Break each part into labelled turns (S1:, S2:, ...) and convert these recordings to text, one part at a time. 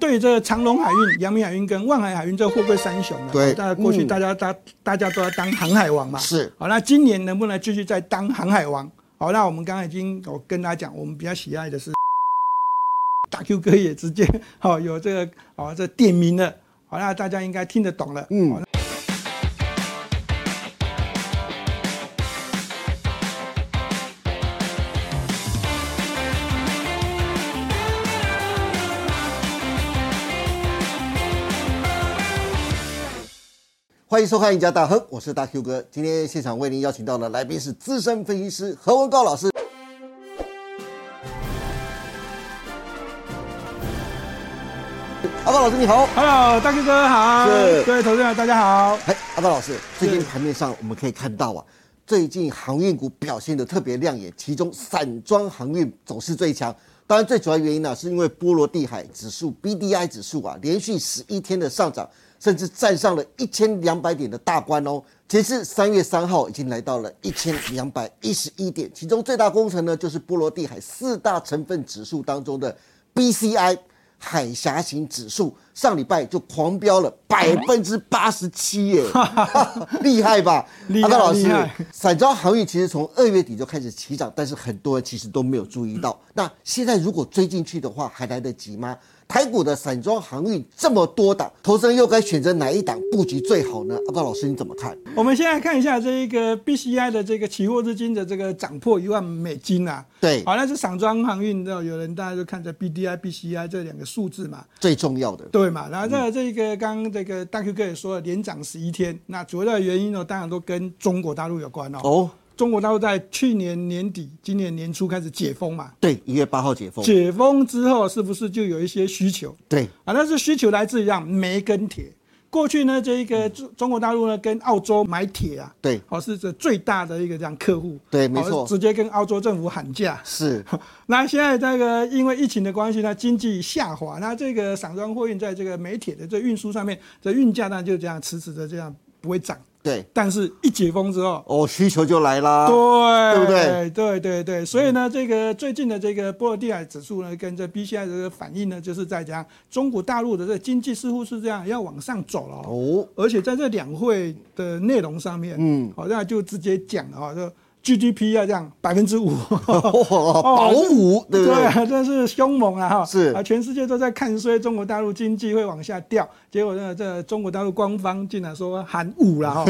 S1: 对这长隆海运、阳明海运跟万海海运这货柜三雄啊，
S2: 对
S1: 那过去
S2: 嗯
S1: 大家大、大家都要当航海王嘛，
S2: 是
S1: 好，那今年能不能继续再当航海王？好，那我们刚刚已经我跟大家讲，我们比较喜爱的是大 Q 哥也直接好、有这个哦这点名了，好，那大家应该听得懂了，
S2: 嗯
S1: 好。
S2: 欢迎收看《赢家大亨》，我是大 Q 哥。今天现场为您邀请到的来宾是资深分析师何文高老师。阿高老师你好，
S1: Hello，大 Q 哥好，
S2: 是
S1: 各位投资者大家好。
S2: 哎，阿高老师，最近
S1: 是
S2: 盘面上我们可以看到啊，最近航运股表现的特别亮眼，其中散装航运走势最强。当然，最主要原因呢、是因为波罗的海指数 BDI 指数啊，连续十一天的上涨，甚至站上了一千两百点的大关哦。截至三月三号，已经来到了一千两百一十一点，其中最大功臣呢，就是波罗的海四大成分指数当中的 BCI。海峡型指数上礼拜就狂飙了百分之八十七 耶，厉害吧？
S1: 厉
S2: 阿
S1: 害
S2: 高老师
S1: 厉害，
S2: 散装航运其实从二月底就开始起涨，但是很多人其实都没有注意 到。那现在如果追进去的话，还来得及吗？台股的散装航运这么多档，投资人又该选择哪一档布局最好呢？阿高老师你怎么看？
S1: 我们现在看一下这一个 BCI 的这个期货日经的这个涨破一万美金啊。
S2: 对
S1: 好，那是散装航运，的，有人大家就看着 BDI、BCI 这两个数字嘛，
S2: 最重要的
S1: 对嘛？然后这这个刚刚这个
S2: 嗯
S1: 大 Q 哥也说了，连涨十一天，那主要的原因呢，当然都跟中国大陆有关哦。
S2: 哦，
S1: 中国大陆在去年年底、今年年初开始解封嘛，
S2: 对，一月八号解封，
S1: 解封之后是不是就有一些需求？
S2: 对，
S1: 啊，那是需求来自于让煤跟铁。过去呢，这一个中中国大陆呢跟澳洲买铁啊，
S2: 嗯对
S1: 好、是这最大的一个这样客户，
S2: 对没
S1: 好
S2: 错
S1: 直接跟澳洲政府喊价。
S2: 是，
S1: 那现在这个因为疫情的关系呢，经济下滑，那这个散装货运在这个煤铁的这运输上面，这运价呢就这样迟迟的这样不会涨，
S2: 对，
S1: 但是一解封之后，
S2: 哦，需求就来啦，对
S1: 对
S2: 不对？嗯
S1: 对对对，所以呢，这个最近的这个波罗的海指数呢，跟这 BCI 的这个反应呢，就是在讲中国大陆的这个经济似乎是这样要往上走了、哦。
S2: 哦，
S1: 而且在这两会的内容上面，嗯，好、那就直接讲了啊、哦，就 GDP 要这样百分之五，
S2: 哦，保五，对不对？
S1: 啊，这是凶猛啊！哈，
S2: 是
S1: 啊，全世界都在看衰中国大陆经济会往下掉，结果呢，这中国大陆官方竟然说喊五 了哈。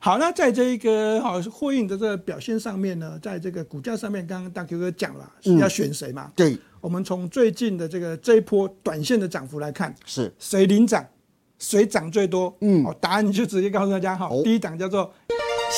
S1: 好，那在这一个好货运的这个表现上面呢，在这个股价上面，刚刚大 Q 哥讲了
S2: 嗯
S1: 是要选谁嘛？
S2: 对，
S1: 我们从最近的这个这一波短线的涨幅来看，
S2: 是
S1: 谁领涨，谁涨最多？嗯，哦，答案就直接告诉大家哈
S2: 哦，
S1: 第一档叫做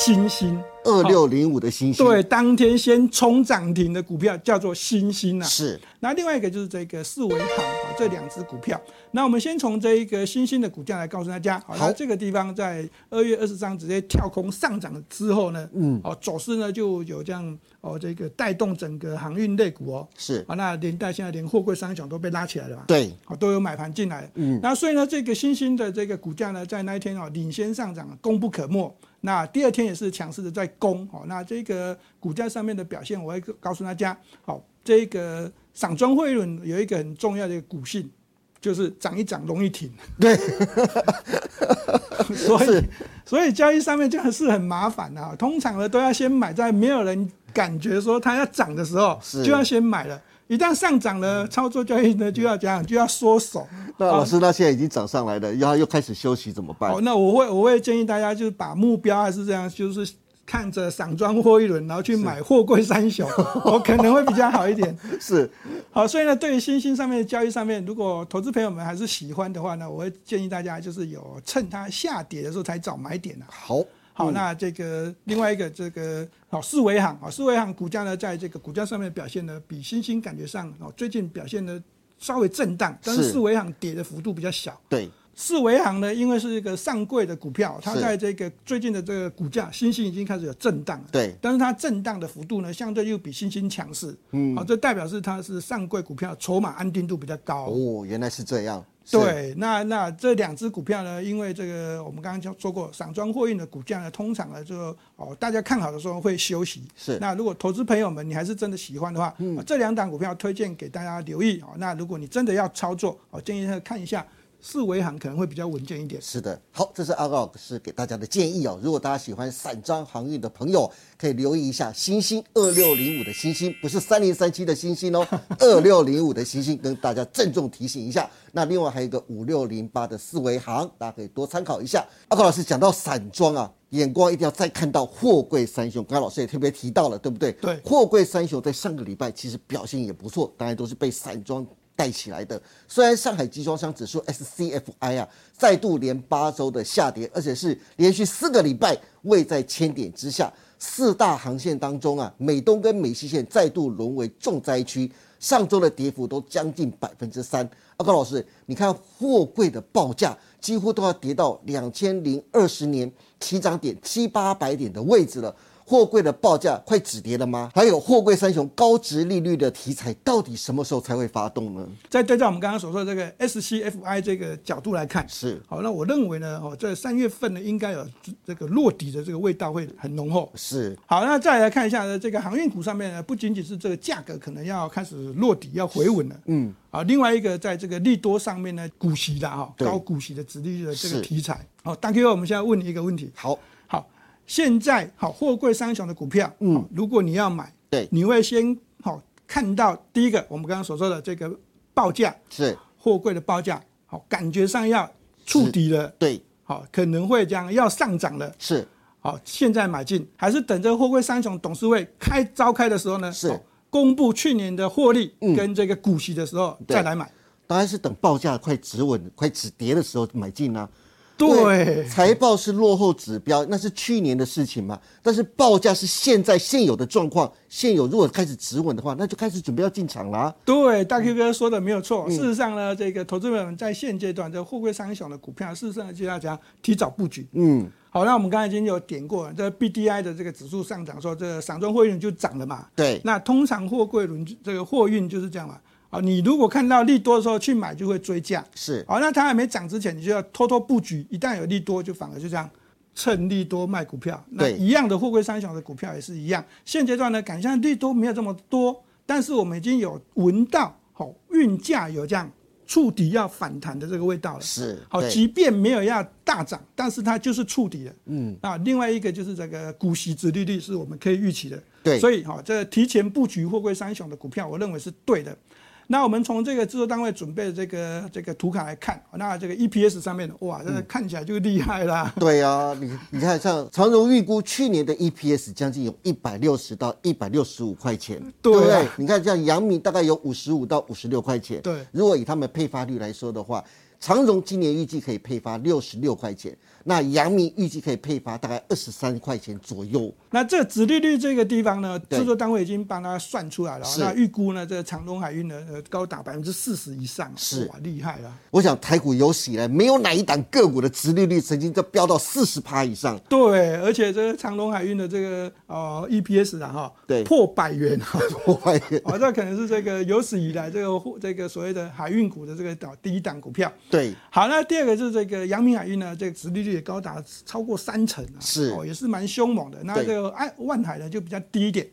S1: 星星。
S2: 二六零五的星星，
S1: 哦对，当天先冲涨停的股票叫做星星啊，
S2: 是
S1: 那另外一个就是这个四维行啊，这两只股票。那我们先从这一个新兴的股价来告诉大家，好，
S2: 好
S1: 那这个地方在二月二十三直接跳空上涨之后呢，嗯，哦，走势呢就有这样哦，这个带动整个航运类股哦，
S2: 是，
S1: 啊，那连带现在连货柜三雄都被拉起来了嘛，
S2: 对，
S1: 好，哦都有买盘进来。嗯，那所以呢，这个新兴的这个股价呢，在那一天哦领先上涨，功不可没。那第二天也是强势的在攻哦。那这个股价上面的表现，我会告诉大家，好、这个散装汇轮有一个很重要的一个股性，就是涨一涨容易停。
S2: 对，
S1: 所以所以交易上面就是很麻烦的、啊，通常呢都要先买在没有人感觉说它要涨的时候，
S2: 是嗯
S1: 就要先买了。一旦上涨了，操作交易呢就要怎样，就要缩手。
S2: 那老师，那现在已经涨上来了，然后又开始休息，怎么办
S1: 好，？那我会我会建议大家就是把目标还是这样，就是看着散装货一轮，然后去买货柜三雄，我可能会比较好一点。
S2: 是
S1: 好，所以呢，对于新兴上面的交易上面，如果投资朋友们还是喜欢的话呢，我会建议大家就是有趁它下跌的时候才找买点啊。
S2: 好，嗯
S1: 好，那这个另外一个这个好四维行啊，四维行股价呢，在这个股价上面的表现呢，比新兴感觉上哦，最近表现呢稍微震荡，但是
S2: 是
S1: 四维行跌的幅度比较小。
S2: 对，
S1: 四维行呢，因为是一个上柜的股票，它
S2: 是
S1: 在这个最近的这个股价，新兴已经开始有震荡了。
S2: 对
S1: 但是它震荡的幅度呢，相对又比新兴哦强势。嗯，好、这代表是它是上柜股票筹码安定度比较高。
S2: 哦，原来是这样，
S1: 对，那那这两只股票呢，因为这个我们刚刚就说过，散装货运的股价呢，通常呢就哦大家看好的时候会休息。
S2: 是
S1: 那如果投资朋友们你还是真的喜欢的话，嗯，这两档股票推荐给大家留意哦。那如果你真的要操作，我、哦、建议看一下四维行可能会比较稳健一点。
S2: 是的，好，这是阿高老师给大家的建议哦。如果大家喜欢散装航运的朋友，可以留意一下星星二六零五的星星，不是三零三七的星星哦，二六零五的星星，跟大家郑重提醒一下。那另外还有一个五六零八的四维行，大家可以多参考一下。阿高老师讲到散装啊，眼光一定要再看到货柜三雄，刚刚老师也特别提到了，对不对？
S1: 对
S2: 货柜三雄在上个礼拜其实表现也不错，当然都是被散装带起来的。虽然上海集装箱指数 SCFI 啊再度连八周的下跌，而且是连续四个礼拜未在千点之下。四大航线当中啊，美东跟美西线再度沦为重灾区，上周的跌幅都将近百分之三。阿高老师，你看货柜的报价几乎都要跌到两千零二十年起涨点七八百点的位置了。货柜的报价快止跌了吗？还有货柜三雄高值利率的题材到底什么时候才会发动呢？
S1: 再对照我们刚刚所说的这个 SCFI 这个角度来看，
S2: 是
S1: 好，那我认为呢，哦，在三月份呢，应该有这个落底的这个味道会很浓厚。
S2: 是，
S1: 好，那再来看一下呢，这个航运股上面呢，不仅仅是这个价格可能要开始落底，要回稳了，嗯，啊，另外一个在这个利多上面呢，股息的哈、
S2: 对
S1: 高股息的殖利率的这
S2: 是
S1: 个题材。好，大 Q，我们现在问你一个问题，
S2: 好，
S1: 好，现在好，货柜三雄的股票，嗯，如果你要买，
S2: 对
S1: 你会先好看到第一个我们刚刚所说的这个报价，
S2: 是，
S1: 货柜的报价，好，感觉上要触底了，
S2: 对，
S1: 好，可能会这样要上涨了。
S2: 是，
S1: 好，现在买进，还是等着货柜三雄董事会开召开的时候呢？
S2: 是嗯
S1: 哦公布去年的获利跟这个股息的时候
S2: 对
S1: 再来买。
S2: 当然是等报价快止稳、快止跌的时候买进啦、
S1: 对，
S2: 财报是落后指标，那是去年的事情嘛。但是报价是现在现有的状况，现有如果开始止稳的话，那就开始准备要进场啦、
S1: 对，大 Q 哥说的没有错。事实上呢，这个投资者们在现阶段，这货柜三雄的股票，事实上就要讲提早布局。嗯，好，那我们刚才已经有点过了，这 B D I 的这个指数上涨，说这个散装货运就涨了嘛。
S2: 对，
S1: 那通常货柜轮这个货运就是这样嘛。啊，你如果看到利多的时候去买，就会追价。
S2: 是
S1: 好，那它还没涨之前，你就要偷偷布局，一旦有利多，就反而就这样趁利多卖股票。那
S2: 对
S1: 一样的货柜三雄的股票也是一样。现阶段呢，感觉上利多没有这么多，但是我们已经有闻到好、运价有这样触底要反弹的这个味道了。
S2: 是
S1: 好，
S2: 对
S1: 即便没有要大涨，但是它就是触底了。嗯，啊，另外一个就是这个股息值利率是我们可以预期的。
S2: 对
S1: 所以哈、这个提前布局货柜三雄的股票，我认为是对的。那我们从这个制作单位准备的这个这个图卡来看，那这个 EPS 上面的
S2: 嗯
S1: 哇，这个看起来就厉害啦。
S2: 对啊，你你看，像长荣预估去年的 EPS 将近有一百六十到一百六十五块钱，
S1: 对啊
S2: 不对？你看，像阳明大概有五十五到五十六块钱，
S1: 对
S2: 如果以他们配发率来说的话，长荣今年预计可以配发六十六块钱，那阳明预计可以配发大概二十三块钱左右。
S1: 那这殖利率这个地方呢，
S2: 对
S1: 制作单位已经帮它算出来了哦。
S2: 是
S1: 那预估呢，这个长东海运呢，呃高达百分之四十以上，啊
S2: 是
S1: 哇，厉害啦。
S2: 我想台股有史以来没有哪一档个股的殖利率曾经都飙到四十趴以上，
S1: 对，而且这个长隆海运的这个呃 EPS 啊哈，
S2: 对
S1: 破百元 啊，
S2: 我怀疑
S1: 哦，这可能是这个有史以来这个这个所谓的海运股的这个档第一档股票。
S2: 对，
S1: 好，那第二个就是这个阳明海运呢，这个殖利率也高达超过三成啊，
S2: 是
S1: 哦，也是蛮凶猛的。那
S2: 对
S1: 这个爱万海呢就比较低一点，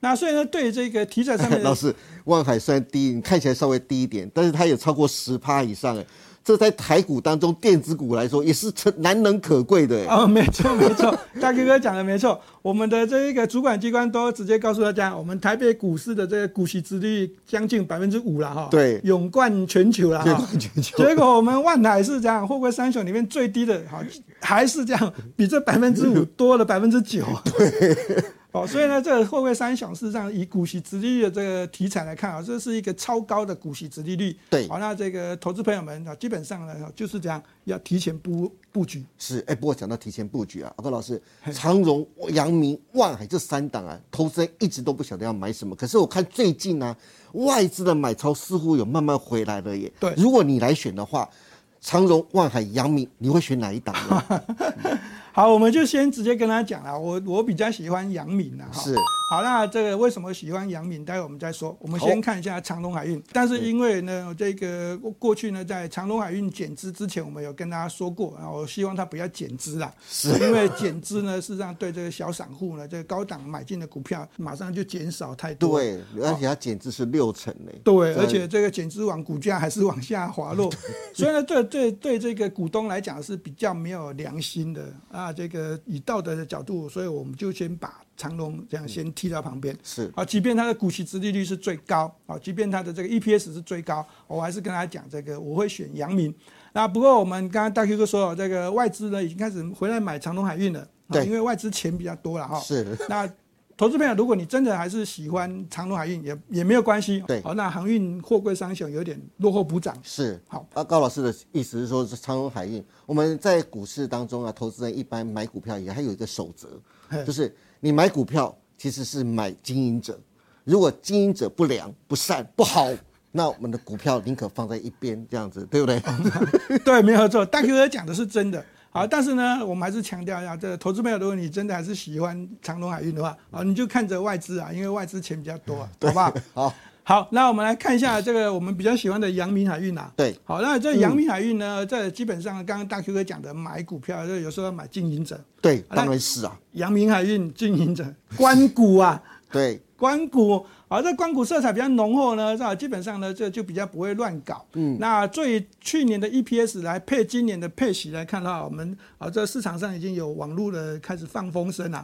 S1: 那所以呢，对这个题材上面
S2: 老
S1: 的
S2: 师，万海虽然低，你看起来稍微低一点，但是它有超过十趴以上哎，这在台股当中电子股来说也是成难能可贵的哎。
S1: 哦，没错没错，大哥哥讲的没错，我们的这一个主管机关都直接告诉大家，我们台北股市的这个股息殖利率将近百分之五了哈，
S2: 对
S1: 勇冠全球了
S2: 对
S1: 哈。
S2: 冠全球
S1: 结果我们万海是这样，货柜三雄里面最低的，哈，还是这样，比这百分之五多了百分之九。对，哦，所以呢，这个货柜三雄事实上以股息殖利率的这个题材来看啊，这是一个超高的股息殖利率。
S2: 对
S1: 好、那这个投资朋友们啊，基本上呢就是这样，要提前布布局。
S2: 是哎，不过讲到提前布局啊，阿高老师，长荣、阳明、万海这三档啊，投资人一直都不晓得要买什么，可是我看最近呢、外资的买超似乎有慢慢回来了耶。
S1: 对
S2: 如果你来选的话，长荣、万海、阳明，你会选哪一档呢？
S1: 好，我们就先直接跟他讲了。我我比较喜欢阳明啊，哈
S2: 是
S1: 好，那这个为什么喜欢阳明？待会我们再说。我们先看一下长隆海运。但是因为呢，这个过去呢，在长隆海运减资之前，我们有跟大家说过，啊，我希望它不要减资啦，是因为减资呢，事实上对这个小散户呢，这个高档买进的股票马上就减少太多。
S2: 对，而且它减资是六成呢。
S1: 对，
S2: 这
S1: 而且这个减资网股价还是往下滑 落，所以呢，这对对这个股东来讲是比较没有良心的啊。这个以道德的角度，所以我们就先把长隆这样先踢到旁边。
S2: 是
S1: 啊，即便它的股息殖利率是最高啊，即便它的这个 EPS 是最高，我还是跟他讲这个我会选阳明。那不过我们刚刚大 Q 哥说哦，这个外资呢已经开始回来买长隆海运了，啊
S2: 对
S1: 因为外资钱比较多了哈。
S2: 是
S1: 那投资朋友，如果你真的还是喜欢长隆海运，也也没有关系。哦
S2: 对
S1: 好，那航运货柜三雄有点落后补涨。
S2: 是
S1: 好。
S2: 啊，高老师的意思是说，是长荣海运，我们在股市当中啊，投资人一般买股票也还有一个守则，
S1: 嘿
S2: 就是你买股票其实是买经营者，如果经营者不良、不善、不好，那我们的股票宁可放在一边，这样子，对不 对？
S1: 对，没有错，大 Q 哥讲的是真的。好，但是呢，我们还是强调一下，这个投资朋友，如果你真的还是喜欢长隆海运的话，啊，你就看着外资啊，因为外资钱比较多啊，好不 好？
S2: 好，
S1: 好，那我们来看一下这个我们比较喜欢的阳明海运啊。
S2: 对，
S1: 好，那这阳明海运呢，这基本上刚刚大 Q 哥讲的买股票，就有时候要买经营者，
S2: 对，
S1: 好
S2: 当然是啊，
S1: 阳明海运经营者，关股啊。
S2: 对，
S1: 关谷啊，这关谷色彩比较浓厚呢，是吧？基本上呢，这就比较不会乱搞。嗯，那最去年的 EPS 来配今年的配息来看的话，我们啊，这市场上已经有网络的开始放风声 了。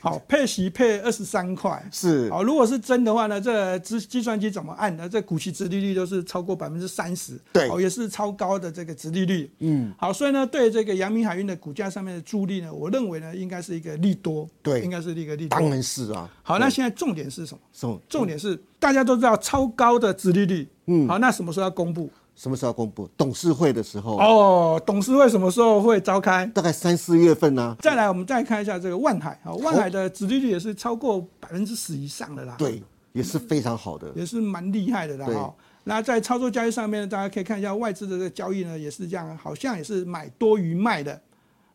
S1: 好，配息配二十三块。
S2: 是
S1: 好，如果是真的话呢，这计计算机怎么按呢？这股息殖利率都是超过百分之三十，
S2: 对
S1: 哦，也是超高的这个殖利率。嗯，好，所以呢，对这个阳明海运的股价上面的助力呢，我认为呢，应该是一个利多，
S2: 对
S1: 应该是一个利多。
S2: 当然是啊。
S1: 好，那现在重点是什么？
S2: 什么
S1: 重点是大家都知道超高的殖利率，嗯，好，那什么时候要公布？
S2: 什么时候公布？董事会的时候，
S1: 哦，董事会什么时候会召开？
S2: 大概三四月份啊呢、
S1: 再来，我们再看一下这个万海啊，万海的殖利率也是超过百分之十以上的啦，，
S2: 对，也是非常好的。
S1: 也是蛮厉害的啦
S2: 对
S1: 哈。那在操作交易上面呢，大家可以看一下外资的这个交易呢，也是这样，好像也是买多于卖的。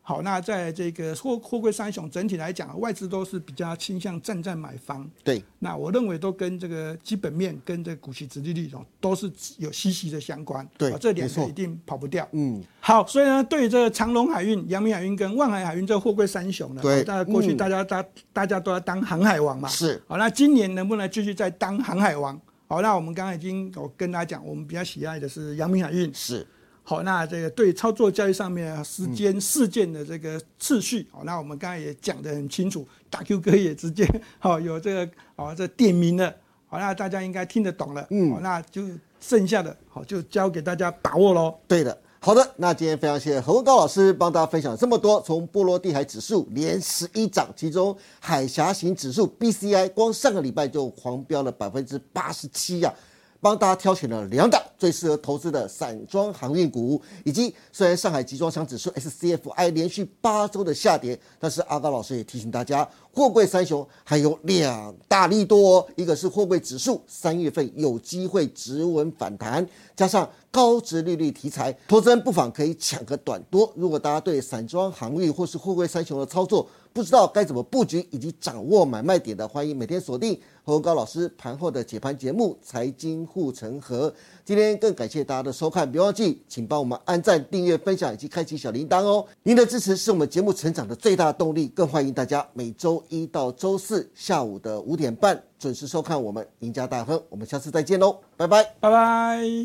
S1: 好，那在这个货货柜三雄整体来讲，外资都是比较倾向站在买方，
S2: 对，
S1: 那我认为都跟这个基本面跟这个股息殖利率哦都是有息息的相关，
S2: 对
S1: 啊这两
S2: 没
S1: 个
S2: 错
S1: 一定跑不掉。
S2: 嗯，
S1: 好，所以呢，对于这个长隆海运、阳明海运跟万海海运这货柜三雄呢，哦
S2: 对
S1: 大家过去
S2: 嗯
S1: 大家大、大家都要当航海王嘛，
S2: 是。
S1: 好，那今年能不能继续再当航海王？好，那我们刚刚已经有跟大家讲，我们比较喜爱的是阳明海运。
S2: 是
S1: 好，那这个对操作交易上面啊时间事件的这个次序，好，那我们刚才也讲得很清楚， 大 Q 哥也直接好有这个好这点名了，好，那大家应该听得懂了，嗯，好，那就剩下的好就交给大家把握喽。
S2: 哦对的。好的，那今天非常谢谢何文高老师帮大家分享这么多，从波罗的海指数连十一涨，其中海峡型指数 BCI 光上个礼拜就狂飙了百分之八十七呀，帮大家挑选了两档最适合投资的散装航运股，以及虽然上海集装箱指数 SCFI 连续八周的下跌，但是阿高老师也提醒大家，货柜三雄还有两大利多、哦，一个是货柜指数三月份有机会直稳反弹，加上高值利率题材，投资人不妨可以抢个短多。如果大家对散装航运或是货柜三雄的操作不知道该怎么布局以及掌握买卖点的，欢迎每天锁定侯高老师盘后的解盘节目《财经护城河》。今天更感谢大家的收看，别忘记请帮我们按赞、订阅、分享以及开启小铃铛哦。您的支持是我们节目成长的最大动力，更欢迎大家每周一到周四下午的五点半准时收看我们赢家大亨。我们下次再见喽，拜拜。
S1: 拜拜。